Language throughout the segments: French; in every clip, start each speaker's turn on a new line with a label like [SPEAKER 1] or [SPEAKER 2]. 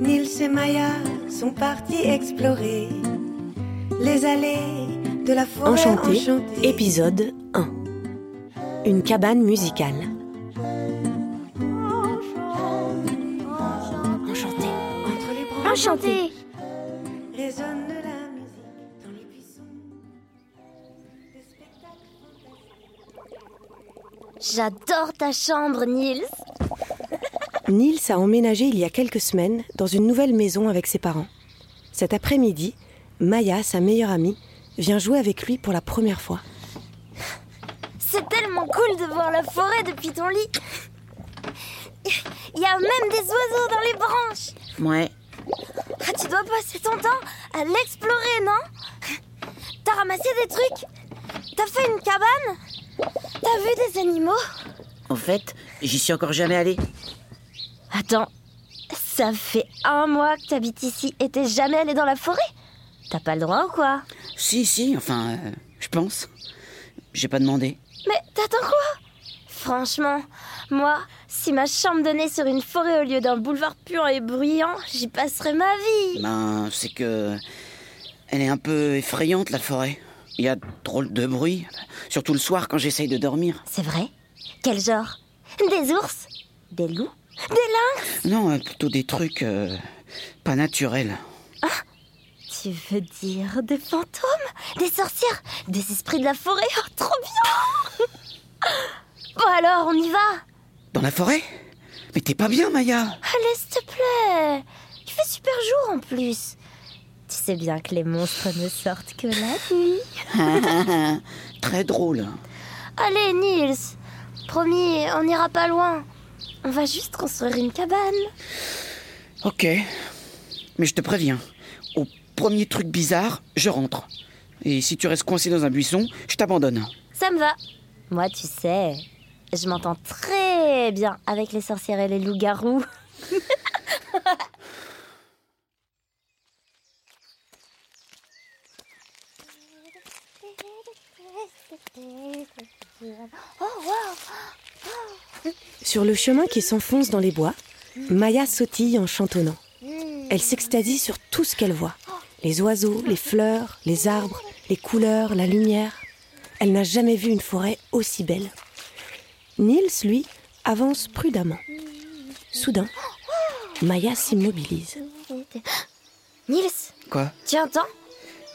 [SPEAKER 1] Nils et Maya sont partis explorer les allées de la forêt
[SPEAKER 2] Enchanté,
[SPEAKER 1] enchantée.
[SPEAKER 2] épisode 1. Une cabane musicale. Enchanté.
[SPEAKER 1] entre les branches
[SPEAKER 3] Enchanté
[SPEAKER 1] résonne la musique dans les buissons. Des spectacles
[SPEAKER 3] J'adore ta chambre, Nils.
[SPEAKER 2] Nils a emménagé il y a quelques semaines dans une nouvelle maison avec ses parents. Cet après-midi, Maya, sa meilleure amie, vient jouer avec lui pour la première fois.
[SPEAKER 3] C'est tellement cool de voir la forêt depuis ton lit. Il y a même des oiseaux dans les branches.
[SPEAKER 4] Ouais.
[SPEAKER 3] Ah, tu dois passer ton temps à l'explorer, non T'as ramassé des trucs T'as fait une cabane T'as vu des animaux
[SPEAKER 4] En fait, j'y suis encore jamais allé.
[SPEAKER 3] Attends, ça fait un mois que t'habites ici et t'es jamais allé dans la forêt T'as pas le droit ou quoi
[SPEAKER 4] Si, si, enfin, euh, je pense. J'ai pas demandé.
[SPEAKER 3] Mais t'attends quoi Franchement, moi, si ma chambre donnait sur une forêt au lieu d'un boulevard puant et bruyant, j'y passerais ma vie.
[SPEAKER 4] Ben, c'est que. Elle est un peu effrayante, la forêt. Il y a trop de bruit. Surtout le soir quand j'essaye de dormir.
[SPEAKER 3] C'est vrai Quel genre Des ours Des loups Des lynx
[SPEAKER 4] Non, euh, plutôt des trucs. euh, pas naturels.
[SPEAKER 3] Tu veux dire des fantômes Des sorcières Des esprits de la forêt Oh, trop bien Bon alors, on y va
[SPEAKER 4] Dans la forêt Mais t'es pas bien, Maya
[SPEAKER 3] Allez, s'il te plaît Il fait super jour en plus Tu sais bien que les monstres ne sortent que la nuit
[SPEAKER 4] Très drôle.
[SPEAKER 3] Allez, Nils Promis, on n'ira pas loin. On va juste construire une cabane.
[SPEAKER 4] Ok. Mais je te préviens. Au premier truc bizarre, je rentre. Et si tu restes coincé dans un buisson, je t'abandonne.
[SPEAKER 3] Ça me va. Moi, tu sais, je m'entends très bien avec les sorcières et les loups-garous.
[SPEAKER 2] Sur le chemin qui s'enfonce dans les bois, Maya sautille en chantonnant. Elle s'extasie sur tout ce qu'elle voit. Les oiseaux, les fleurs, les arbres, les couleurs, la lumière. Elle n'a jamais vu une forêt aussi belle. Niels, lui, avance prudemment. Soudain, Maya s'immobilise.
[SPEAKER 3] Nils,
[SPEAKER 4] Quoi
[SPEAKER 3] tu entends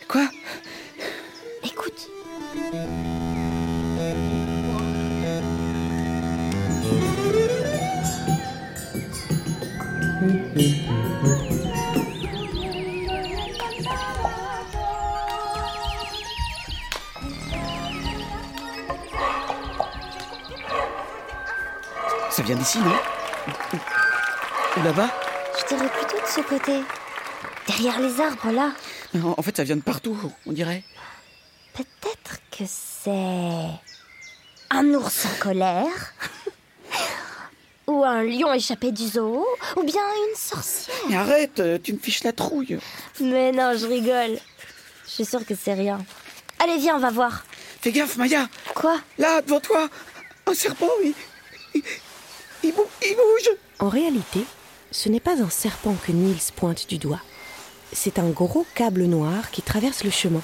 [SPEAKER 4] Quoi
[SPEAKER 3] Écoute.
[SPEAKER 4] Ça vient d'ici, non Ou là-bas
[SPEAKER 3] Je dirais plutôt de ce côté. Derrière les arbres, là.
[SPEAKER 4] En en fait, ça vient de partout, on dirait.
[SPEAKER 3] Peut-être que c'est un ours en colère, ou un lion échappé du zoo, ou bien une sorcière.
[SPEAKER 4] Mais arrête, euh, tu me fiches la trouille.
[SPEAKER 3] Mais non, je rigole. Je suis sûre que c'est rien. Allez, viens, on va voir.
[SPEAKER 4] Fais gaffe, Maya.
[SPEAKER 3] Quoi
[SPEAKER 4] Là, devant toi, un serpent, il, il, il bou- il bouge.
[SPEAKER 2] En réalité, ce n'est pas un serpent que Niels pointe du doigt. C'est un gros câble noir qui traverse le chemin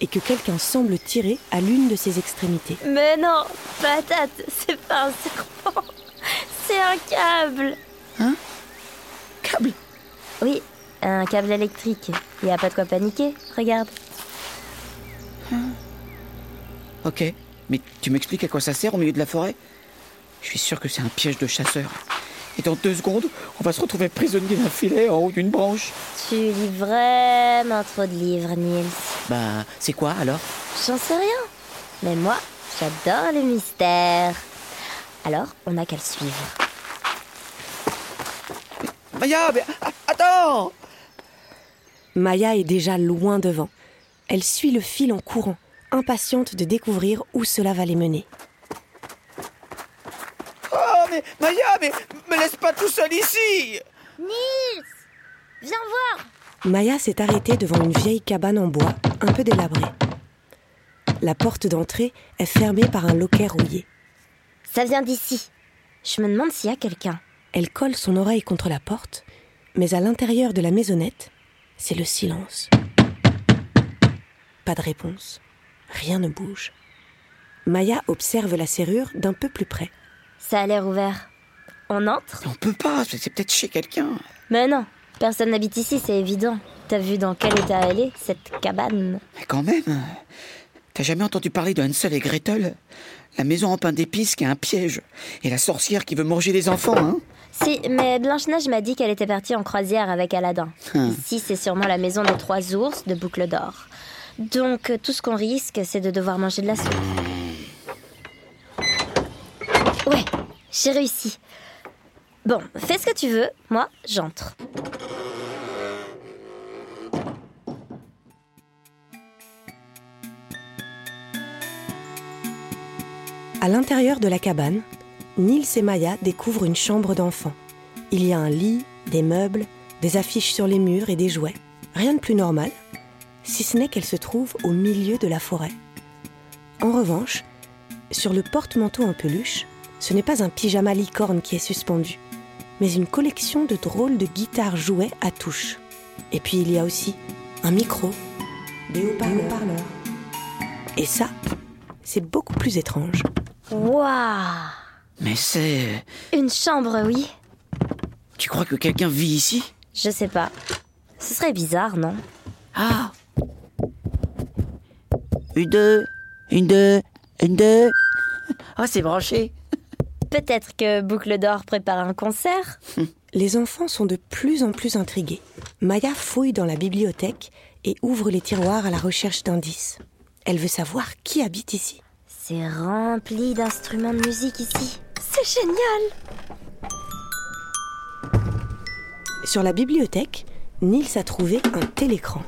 [SPEAKER 2] et que quelqu'un semble tirer à l'une de ses extrémités.
[SPEAKER 3] Mais non, patate, c'est pas un serpent, c'est un câble.
[SPEAKER 4] Câble.
[SPEAKER 3] Oui, un câble électrique. Il n'y a pas de quoi paniquer, regarde.
[SPEAKER 4] Ok, mais tu m'expliques à quoi ça sert au milieu de la forêt Je suis sûr que c'est un piège de chasseur. Et dans deux secondes, on va se retrouver prisonnier d'un filet en haut d'une branche.
[SPEAKER 3] Tu lis vraiment trop de livres, Niels.
[SPEAKER 4] Bah, c'est quoi alors
[SPEAKER 3] J'en sais rien. Mais moi, j'adore les mystères. Alors, on n'a qu'à le suivre.
[SPEAKER 4] Maya, mais a- attends
[SPEAKER 2] Maya est déjà loin devant. Elle suit le fil en courant, impatiente de découvrir où cela va les mener.
[SPEAKER 4] Oh, mais Maya, mais me laisse pas tout seul ici
[SPEAKER 3] Nils Viens voir
[SPEAKER 2] Maya s'est arrêtée devant une vieille cabane en bois, un peu délabrée. La porte d'entrée est fermée par un loquet rouillé.
[SPEAKER 3] Ça vient d'ici. Je me demande s'il y a quelqu'un.
[SPEAKER 2] Elle colle son oreille contre la porte Mais à l'intérieur de la maisonnette, c'est le silence. Pas de réponse. Rien ne bouge. Maya observe la serrure d'un peu plus près.
[SPEAKER 3] Ça a l'air ouvert. On entre
[SPEAKER 4] On peut pas, c'est c'est peut-être chez quelqu'un.
[SPEAKER 3] Mais non, personne n'habite ici, c'est évident. T'as vu dans quel état elle est, cette cabane
[SPEAKER 4] Mais quand même, t'as jamais entendu parler de Hansel et Gretel La maison en pain d'épices qui a un piège. Et la sorcière qui veut manger les enfants, hein
[SPEAKER 3] Si, mais Blanche-Neige m'a dit qu'elle était partie en croisière avec Aladdin.
[SPEAKER 4] Hmm.
[SPEAKER 3] Ici, c'est sûrement la maison des trois ours de Boucle d'Or. Donc, euh, tout ce qu'on risque, c'est de devoir manger de la soupe. Ouais, j'ai réussi. Bon, fais ce que tu veux, moi, j'entre.
[SPEAKER 2] À l'intérieur de la cabane, Nils et Maya découvrent une chambre d'enfant. Il y a un lit, des meubles, des affiches sur les murs et des jouets. Rien de plus normal, si ce n'est qu'elle se trouve au milieu de la forêt. En revanche, sur le porte-manteau en peluche, ce n'est pas un pyjama licorne qui est suspendu, mais une collection de drôles de guitares jouets à touche. Et puis il y a aussi un micro, des haut-parleurs. Et ça, c'est beaucoup plus étrange.
[SPEAKER 3] Waouh
[SPEAKER 4] Mais c'est.
[SPEAKER 3] Une chambre, oui.
[SPEAKER 4] Tu crois que quelqu'un vit ici
[SPEAKER 3] Je sais pas. Ce serait bizarre, non
[SPEAKER 4] Ah Une deux, une deux, une deux. Ah, c'est branché.
[SPEAKER 3] Peut-être que Boucle d'Or prépare un concert
[SPEAKER 2] Les enfants sont de plus en plus intrigués. Maya fouille dans la bibliothèque et ouvre les tiroirs à la recherche d'indices. Elle veut savoir qui habite ici.
[SPEAKER 3] C'est rempli d'instruments de musique ici. C'est génial
[SPEAKER 2] Sur la bibliothèque, Nils a trouvé un télécran.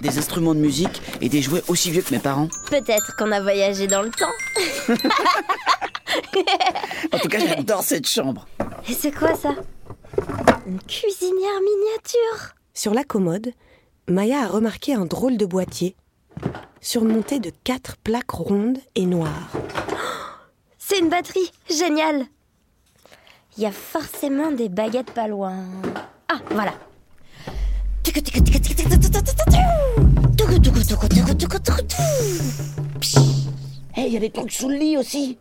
[SPEAKER 4] Des instruments de musique et des jouets aussi vieux que mes parents.
[SPEAKER 3] Peut-être qu'on a voyagé dans le temps.
[SPEAKER 4] En tout cas, j'adore cette chambre.
[SPEAKER 3] Et c'est quoi ça Une cuisinière miniature
[SPEAKER 2] Sur la commode, Maya a remarqué un drôle de boîtier, surmonté de quatre plaques rondes et noires.
[SPEAKER 3] C'est une batterie Génial Il y a forcément des baguettes pas loin. Ah, voilà
[SPEAKER 4] Hé, Eh, il y a des trucs sous le lit aussi.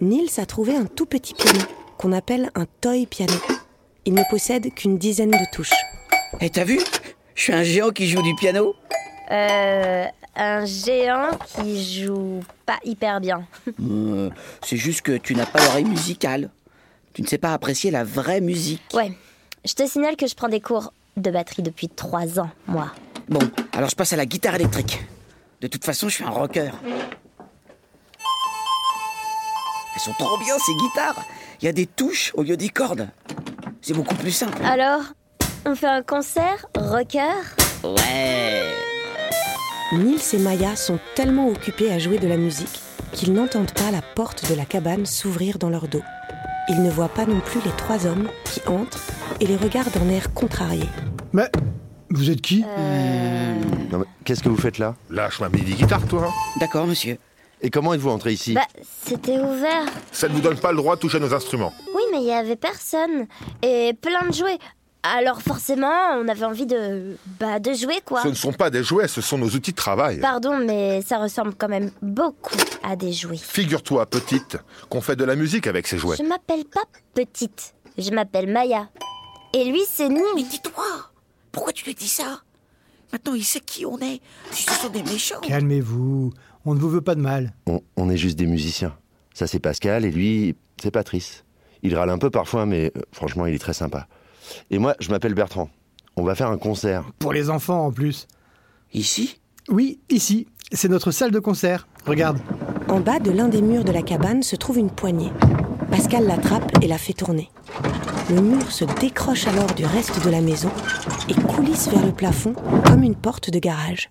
[SPEAKER 2] Nils a trouvé un tout petit piano, qu'on appelle un toy piano. Il ne possède qu'une dizaine de touches.
[SPEAKER 4] Et Eh, t'as vu Je suis un géant qui joue du piano.
[SPEAKER 3] Euh... Un géant qui joue pas hyper bien.
[SPEAKER 4] Euh, c'est juste que tu n'as pas l'oreille musicale. Tu ne sais pas apprécier la vraie musique.
[SPEAKER 3] Ouais, je te signale que je prends des cours de batterie depuis 3 ans, moi.
[SPEAKER 4] Bon, alors je passe à la guitare électrique. De toute façon, je suis un rocker. Elles sont trop bien ces guitares. Il y a des touches au lieu des cordes. C'est beaucoup plus simple.
[SPEAKER 3] Alors, on fait un concert rocker
[SPEAKER 4] Ouais.
[SPEAKER 2] Nils et Maya sont tellement occupés à jouer de la musique qu'ils n'entendent pas la porte de la cabane s'ouvrir dans leur dos. Ils ne voient pas non plus les trois hommes qui entrent et les regardent en air contrarié.
[SPEAKER 5] Mais vous êtes qui
[SPEAKER 6] Non, mais qu'est-ce que vous faites là
[SPEAKER 7] Lâche ma mini guitare, toi. hein.
[SPEAKER 4] D'accord, monsieur.
[SPEAKER 6] Et comment êtes-vous entré ici
[SPEAKER 3] Bah, c'était ouvert.
[SPEAKER 7] Ça ne vous donne pas le droit de toucher à nos instruments.
[SPEAKER 3] Oui, mais il y avait personne et plein de jouets. Alors forcément, on avait envie de bah de jouer quoi.
[SPEAKER 7] Ce ne sont pas des jouets, ce sont nos outils de travail.
[SPEAKER 3] Pardon, mais ça ressemble quand même beaucoup à des jouets.
[SPEAKER 7] Figure-toi, petite, qu'on fait de la musique avec ces jouets.
[SPEAKER 3] Je m'appelle pas petite, je m'appelle Maya. Et lui, c'est Nils.
[SPEAKER 4] Dis-toi, pourquoi tu lui dis ça Maintenant, il sait qui on est. Si ce sont des méchants.
[SPEAKER 5] Calmez-vous, on ne vous veut pas de mal.
[SPEAKER 6] on, on est juste des musiciens. Ça, c'est Pascal et lui, c'est Patrice. Il râle un peu parfois, mais euh, franchement, il est très sympa. Et moi, je m'appelle Bertrand. On va faire un concert.
[SPEAKER 5] Pour les enfants en plus.
[SPEAKER 4] Ici
[SPEAKER 5] Oui, ici, c'est notre salle de concert. Regarde.
[SPEAKER 2] En bas de l'un des murs de la cabane se trouve une poignée. Pascal l'attrape et la fait tourner. Le mur se décroche alors du reste de la maison et coulisse vers le plafond comme une porte de garage.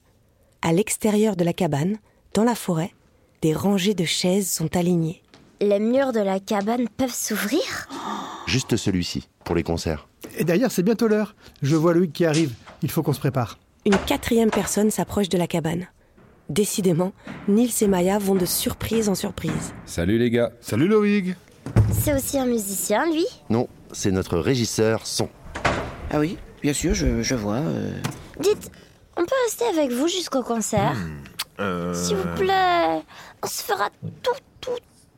[SPEAKER 2] À l'extérieur de la cabane, dans la forêt, des rangées de chaises sont alignées.
[SPEAKER 3] Les murs de la cabane peuvent s'ouvrir
[SPEAKER 6] Juste celui-ci, pour les concerts.
[SPEAKER 5] Et d'ailleurs, c'est bientôt l'heure. Je vois Loïc qui arrive. Il faut qu'on se prépare.
[SPEAKER 2] Une quatrième personne s'approche de la cabane. Décidément, Nils et Maya vont de surprise en surprise.
[SPEAKER 8] Salut les gars.
[SPEAKER 7] Salut Loïg
[SPEAKER 3] C'est aussi un musicien, lui
[SPEAKER 6] Non, c'est notre régisseur son.
[SPEAKER 4] Ah oui, bien sûr, je, je vois. euh,
[SPEAKER 3] Dites, on peut rester avec vous jusqu'au concert
[SPEAKER 7] Euh,
[SPEAKER 3] S'il vous plaît, on se fera tout, tout,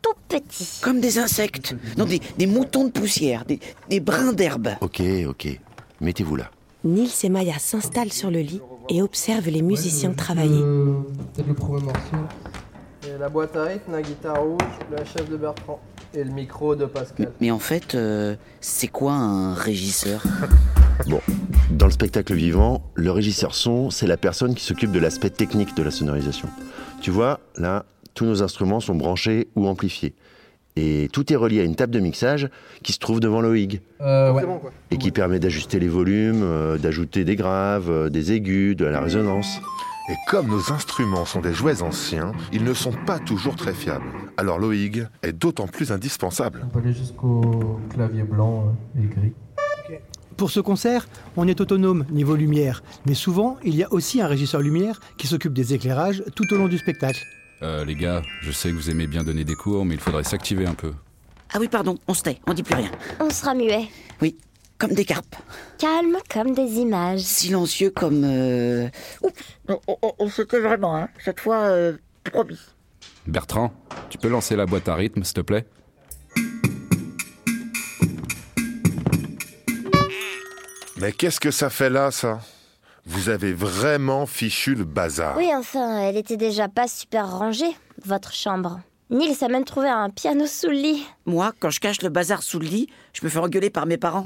[SPEAKER 3] tout petit.
[SPEAKER 4] comme des insectes. Non, des, des moutons de poussière, des, des brins d'herbe.
[SPEAKER 6] Ok, ok. Mettez-vous là.
[SPEAKER 2] Nils et Maya s'installent sur le lit et observent les musiciens travailler.
[SPEAKER 8] Le- Euh, Peut-être le premier morceau. Et la boîte à rythme, la guitare rouge, la chef de Bertrand et le micro de Pascal.
[SPEAKER 4] Mais en fait, euh, c'est quoi un régisseur
[SPEAKER 6] Bon, dans le spectacle vivant, le régisseur son, c'est la personne qui s'occupe de l'aspect technique de la sonorisation. Tu vois, là, tous nos instruments sont branchés ou amplifiés. Et tout est relié à une table de mixage qui se trouve devant l'OIG
[SPEAKER 8] Euh, ouais.
[SPEAKER 6] et qui permet d'ajuster les volumes, euh, d'ajouter des graves, euh, des aigus, de la résonance.
[SPEAKER 7] Et comme nos instruments sont des jouets anciens, ils ne sont pas toujours très fiables. Alors l'OIG est d'autant plus indispensable.
[SPEAKER 8] On peut aller jusqu'au clavier blanc euh, et gris.
[SPEAKER 5] Pour ce concert, on est autonome niveau lumière, mais souvent il y a aussi un régisseur lumière qui s'occupe des éclairages tout au long du spectacle.
[SPEAKER 9] Euh, les gars, je sais que vous aimez bien donner des cours, mais il faudrait s'activer un peu.
[SPEAKER 4] Ah oui, pardon, on se tait, on dit plus rien.
[SPEAKER 3] On sera muet,
[SPEAKER 4] Oui, comme des carpes.
[SPEAKER 3] calme comme des images.
[SPEAKER 4] Silencieux comme... euh, Oups, on, on- on se tait vraiment, hein. Cette fois, euh, promis.
[SPEAKER 9] Bertrand, tu peux lancer la boîte à rythme, s'il te plaît
[SPEAKER 7] Mais qu'est-ce que ça fait là, ça Vous avez vraiment fichu le bazar.
[SPEAKER 3] Oui, enfin, elle était déjà pas super rangée, votre chambre. Nils a même trouvé un piano sous le lit.
[SPEAKER 4] Moi, quand je cache le bazar sous le lit, je me fais engueuler par mes parents.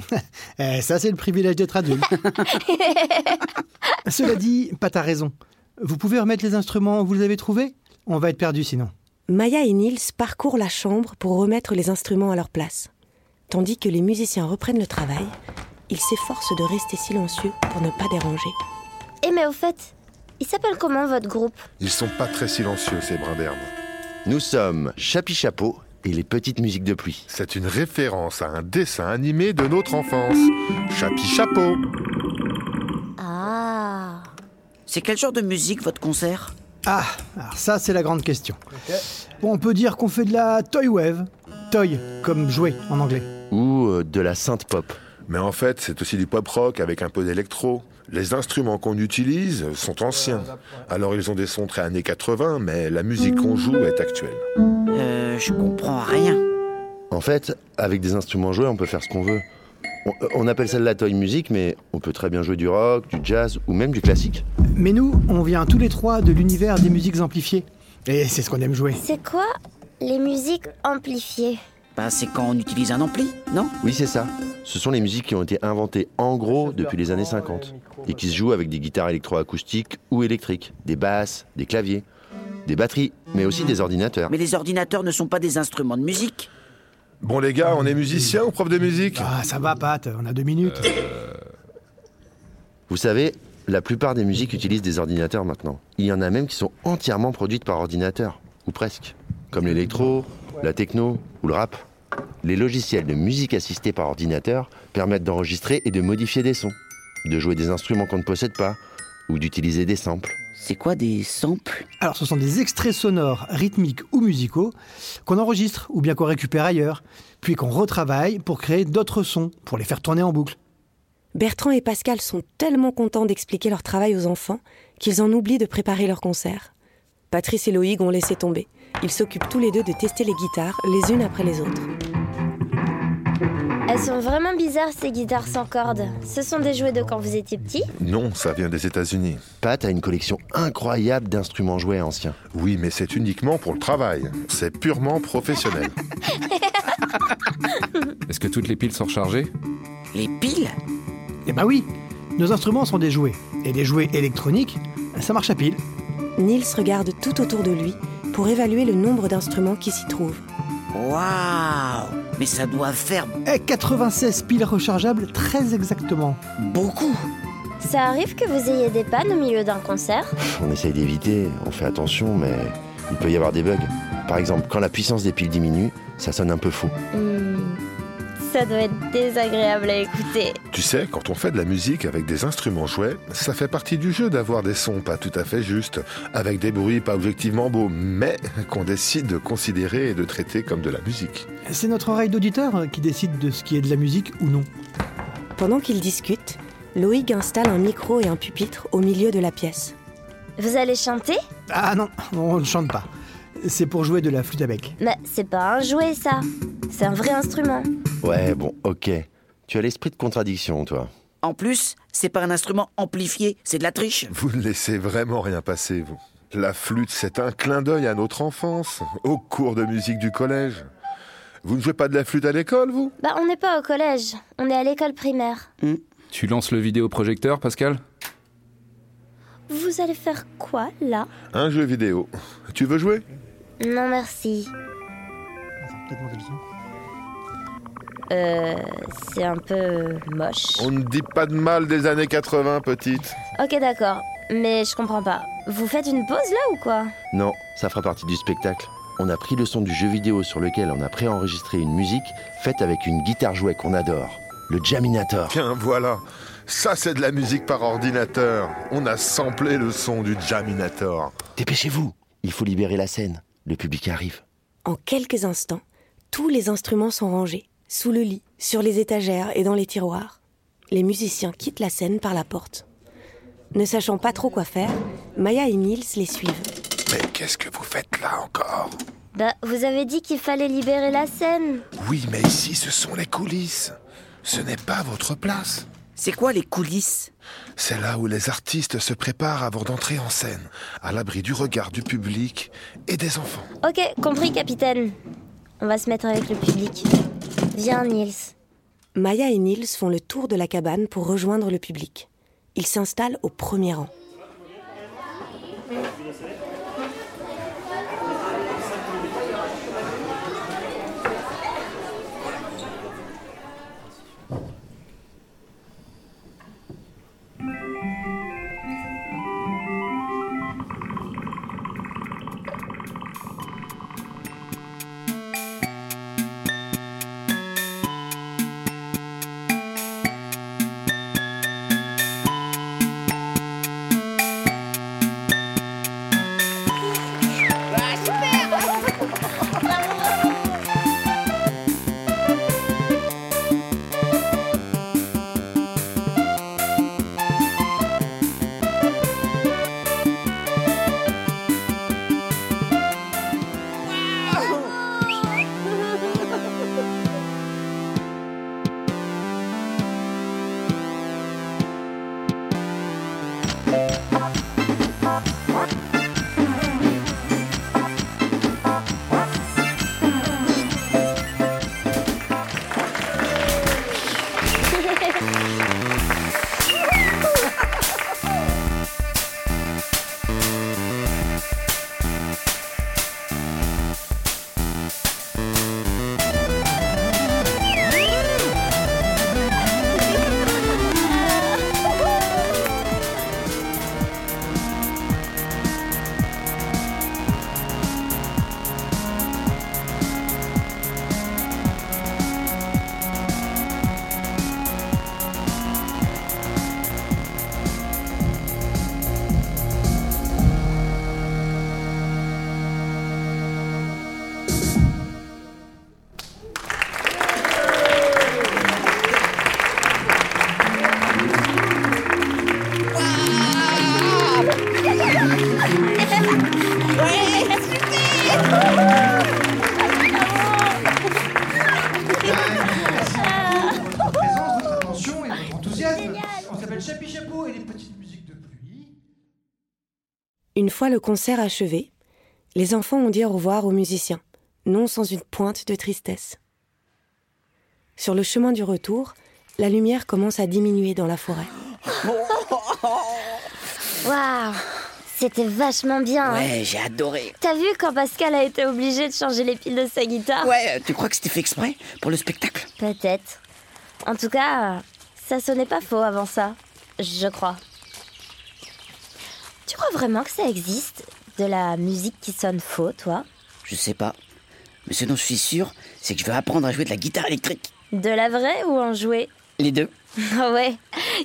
[SPEAKER 5] Eh, ça, c'est le privilège d'être adulte. Cela dit, Pat a raison. Vous pouvez remettre les instruments où vous les avez trouvés On va être perdu sinon.
[SPEAKER 2] Maya et Nils parcourent la chambre pour remettre les instruments à leur place. Tandis que les musiciens reprennent le travail, ils s'efforcent de rester silencieux pour ne pas déranger.
[SPEAKER 3] Eh mais au fait, il s'appelle comment votre groupe
[SPEAKER 7] Ils sont pas très silencieux, ces brins d'herbe.
[SPEAKER 6] Nous sommes Chapi Chapeau et les petites musiques de pluie.
[SPEAKER 7] C'est une référence à un dessin animé de notre enfance. Chapi chapeau.
[SPEAKER 3] Ah
[SPEAKER 4] C'est quel genre de musique, votre concert
[SPEAKER 5] Ah, alors ça, c'est la grande question. Bon, on peut dire qu'on fait de la toy wave. Toy, comme jouet en anglais.
[SPEAKER 6] Ou euh, de la sainte pop.
[SPEAKER 7] Mais en fait, c'est aussi du pop rock avec un peu d'électro. Les instruments qu'on utilise sont anciens. Alors ils ont des sons très années 80, mais la musique qu'on joue est actuelle.
[SPEAKER 4] Euh, je comprends rien.
[SPEAKER 6] En fait, avec des instruments joués, on peut faire ce qu'on veut. On, on appelle ça de la toy music, mais on peut très bien jouer du rock, du jazz ou même du classique.
[SPEAKER 5] Mais nous, on vient tous les trois de l'univers des musiques amplifiées. Et c'est ce qu'on aime jouer.
[SPEAKER 3] C'est quoi les musiques amplifiées
[SPEAKER 4] Bah, c'est quand on utilise un ampli, non
[SPEAKER 6] Oui, c'est ça. Ce sont les musiques qui ont été inventées en gros depuis les années 50 et qui se jouent avec des guitares électroacoustiques ou électriques, des basses, des claviers, des batteries, mais aussi des ordinateurs.
[SPEAKER 4] Mais les ordinateurs ne sont pas des instruments de musique.
[SPEAKER 7] Bon les gars, on est musicien ou prof de musique
[SPEAKER 5] Ah, ça va, Pat, on a deux minutes.
[SPEAKER 6] Vous savez, la plupart des musiques utilisent des ordinateurs maintenant. Il y en a même qui sont entièrement produites par ordinateur, ou presque, comme l'électro, la techno ou le rap. Les logiciels de musique assistée par ordinateur permettent d'enregistrer et de modifier des sons, de jouer des instruments qu'on ne possède pas, ou d'utiliser des samples.
[SPEAKER 4] C'est quoi des samples
[SPEAKER 5] Alors, ce sont des extraits sonores, rythmiques ou musicaux, qu'on enregistre ou bien qu'on récupère ailleurs, puis qu'on retravaille pour créer d'autres sons, pour les faire tourner en boucle.
[SPEAKER 2] Bertrand et Pascal sont tellement contents d'expliquer leur travail aux enfants qu'ils en oublient de préparer leur concert. Patrice et Loïg ont laissé tomber. Ils s'occupent tous les deux de tester les guitares les unes après les autres.
[SPEAKER 3] Elles sont vraiment bizarres ces guitares sans cordes. Ce sont des jouets de quand vous étiez petit
[SPEAKER 7] Non, ça vient des États-Unis.
[SPEAKER 6] Pat a une collection incroyable d'instruments joués anciens.
[SPEAKER 7] Oui, mais c'est uniquement pour le travail. C'est purement professionnel.
[SPEAKER 9] Est-ce que toutes les piles sont rechargées
[SPEAKER 4] Les piles
[SPEAKER 5] Eh ben oui, nos instruments sont des jouets. Et les jouets électroniques, ça marche à pile.
[SPEAKER 2] Nils regarde tout autour de lui pour évaluer le nombre d'instruments qui s'y trouvent.
[SPEAKER 4] Waouh Mais ça doit faire
[SPEAKER 5] Eh, 96 piles rechargeables, très exactement.
[SPEAKER 4] beaucoup
[SPEAKER 3] Ça arrive que vous ayez des pannes au milieu d'un concert
[SPEAKER 6] On essaye d'éviter, on fait attention, mais il peut y avoir des bugs. Par exemple, quand la puissance des piles diminue, ça sonne un peu faux.
[SPEAKER 3] Hmm, Ça ça doit être désagréable à écouter.
[SPEAKER 7] Tu sais, quand on fait de la musique avec des instruments jouets, ça fait partie du jeu d'avoir des sons pas tout à fait justes, avec des bruits pas objectivement beaux, mais qu'on décide de considérer et de traiter comme de la musique.
[SPEAKER 5] C'est notre oreille d'auditeur qui décide de ce qui est de la musique ou non.
[SPEAKER 2] Pendant qu'ils discutent, Loïg installe un micro et un pupitre au milieu de la pièce.
[SPEAKER 3] Vous allez chanter
[SPEAKER 5] Ah non, on ne chante pas. C'est pour jouer de la flûte à bec.
[SPEAKER 3] Mais c'est pas un jouet ça. C'est un vrai instrument.
[SPEAKER 6] Ouais, bon, ok. Tu as l'esprit de contradiction, toi.
[SPEAKER 4] En plus, c'est pas un instrument amplifié, c'est de la triche.
[SPEAKER 7] Vous ne laissez vraiment rien passer, vous. La flûte, c'est un clin d'œil à notre enfance, au cours de musique du collège. Vous ne jouez pas de la flûte à l'école, vous
[SPEAKER 3] Bah on n'est pas au collège, on est à l'école primaire.
[SPEAKER 9] Tu lances le vidéoprojecteur, Pascal
[SPEAKER 3] Vous allez faire quoi là
[SPEAKER 7] Un jeu vidéo. Tu veux jouer
[SPEAKER 3] Non merci. Euh, c'est un peu moche.
[SPEAKER 7] On ne dit pas de mal des années 80, petite.
[SPEAKER 3] Ok d'accord, mais je comprends pas. Vous faites une pause là ou quoi
[SPEAKER 6] Non, ça fera partie du spectacle. On a pris le son du jeu vidéo sur lequel on a préenregistré une musique faite avec une guitare jouet qu'on adore, le Jaminator.
[SPEAKER 7] Tiens, voilà. Ça, c'est de la musique par ordinateur. On a samplé le son du Jaminator.
[SPEAKER 6] Dépêchez-vous, il faut libérer la scène. Le public arrive.
[SPEAKER 2] En quelques instants, tous les instruments sont rangés, sous le lit, sur les étagères et dans les tiroirs. Les musiciens quittent la scène par la porte. Ne sachant pas trop quoi faire, Maya et Nils les suivent.
[SPEAKER 7] Mais qu'est-ce que vous faites là encore
[SPEAKER 3] Bah vous avez dit qu'il fallait libérer la scène.
[SPEAKER 7] Oui, mais ici, ce sont les coulisses. Ce n'est pas votre place.
[SPEAKER 4] C'est quoi les coulisses
[SPEAKER 7] C'est là où les artistes se préparent avant d'entrer en scène, à l'abri du regard du public et des enfants.
[SPEAKER 3] Ok, compris capitaine. On va se mettre avec le public. Viens Nils.
[SPEAKER 2] Maya et Nils font le tour de la cabane pour rejoindre le public. Ils s'installent au premier rang.
[SPEAKER 10] présence, votre attention et votre enthousiasme. On s'appelle Chapi Chapeau et les petites musiques de pluie.
[SPEAKER 2] Une fois le concert achevé, les enfants ont dit au revoir aux musiciens, non sans une pointe de tristesse. Sur le chemin du retour, la lumière commence à diminuer dans la forêt.
[SPEAKER 3] Waouh C'était vachement bien. hein.
[SPEAKER 4] Ouais, j'ai adoré.
[SPEAKER 3] T'as vu quand Pascal a été obligé de changer les piles de sa guitare
[SPEAKER 4] Ouais, euh, tu crois que c'était fait exprès pour le spectacle
[SPEAKER 3] Peut-être. En tout cas, ça sonnait pas faux avant ça. Je crois. Tu crois vraiment que ça existe De la musique qui sonne faux, toi
[SPEAKER 4] Je sais pas. Mais ce dont je suis sûr, c'est que je vais apprendre à jouer de la guitare électrique.
[SPEAKER 3] De la vraie ou en jouet
[SPEAKER 4] Les deux
[SPEAKER 3] Ah ouais,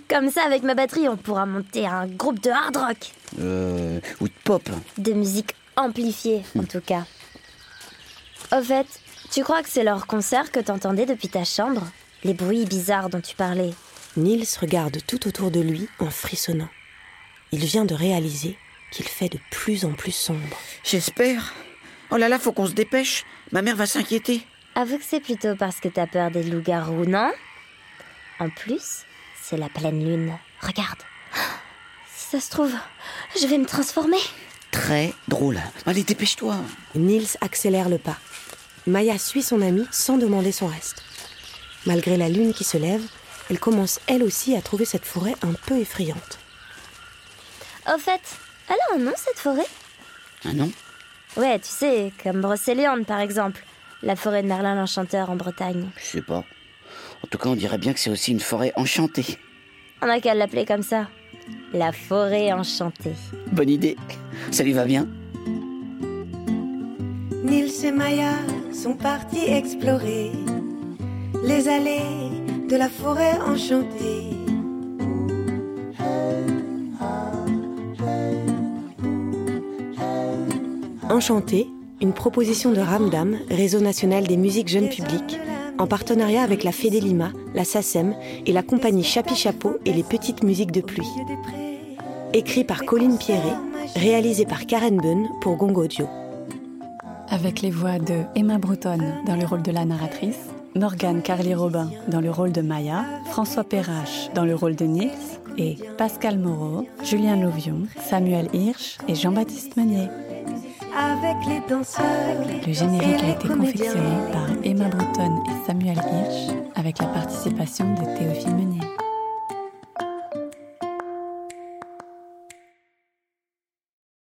[SPEAKER 3] comme ça avec ma batterie on pourra monter un groupe de hard rock,
[SPEAKER 4] Euh, Ou de pop
[SPEAKER 3] de musique amplifiée en tout cas. Au fait, tu crois que c'est leur concert que t'entendais depuis ta chambre Les bruits bizarres dont tu parlais.
[SPEAKER 2] Niels regarde tout autour de lui en frissonnant. Il vient de réaliser qu'il fait de plus en plus sombre.
[SPEAKER 4] J'espère. Oh là là, faut qu'on se dépêche. Ma mère va s'inquiéter.
[SPEAKER 3] Avoue que c'est plutôt parce que t'as peur des loups-garous, non En plus, c'est la pleine lune. Regarde. Si ça se trouve, je vais me transformer.
[SPEAKER 4] Très drôle. Bah, Allez, dépêche-toi.
[SPEAKER 2] Niels accélère le pas. Maya suit son amie sans demander son reste. Malgré la lune qui se lève, elle commence elle aussi à trouver cette forêt un peu effrayante.
[SPEAKER 3] Au fait, elle a un nom cette forêt
[SPEAKER 4] Ah non
[SPEAKER 3] Ouais, tu sais, comme Brocéliande par exemple, la forêt de Merlin l'Enchanteur en Bretagne.
[SPEAKER 4] Je sais pas. En tout cas, on dirait bien que c'est aussi une forêt enchantée.
[SPEAKER 3] On a qu'à l'appeler comme ça. La forêt enchantée.
[SPEAKER 4] Bonne idée. Ça lui va bien
[SPEAKER 1] Nils et Maya sont partis explorer les allées de la forêt enchantée.
[SPEAKER 2] Enchantée, une proposition de Ramdam, Réseau national des musiques jeunes publics, en partenariat avec la Fédélima, la SACEM et la compagnie Chapi Chapeau et les petites musiques de pluie.
[SPEAKER 1] Au milieu des prés,
[SPEAKER 2] Écrit par Colline Pierret, réalisé par Karen Bunn pour Gong Audio.
[SPEAKER 11] Avec les voix de Emma Brouton dans le rôle de la narratrice, Morgane Carly Robin dans le rôle de Maya, François Perrache dans le rôle de Niels et Pascal Moreau, Julien Louvion, Samuel Hirsch et Jean-Baptiste Meunier.
[SPEAKER 1] avec les danseurs
[SPEAKER 11] Le
[SPEAKER 1] et
[SPEAKER 11] générique a
[SPEAKER 1] les
[SPEAKER 11] été
[SPEAKER 1] comédiens.
[SPEAKER 11] confectionné par Emma Brouton et Samuel Hirsch avec la participation de Théophile Meunier.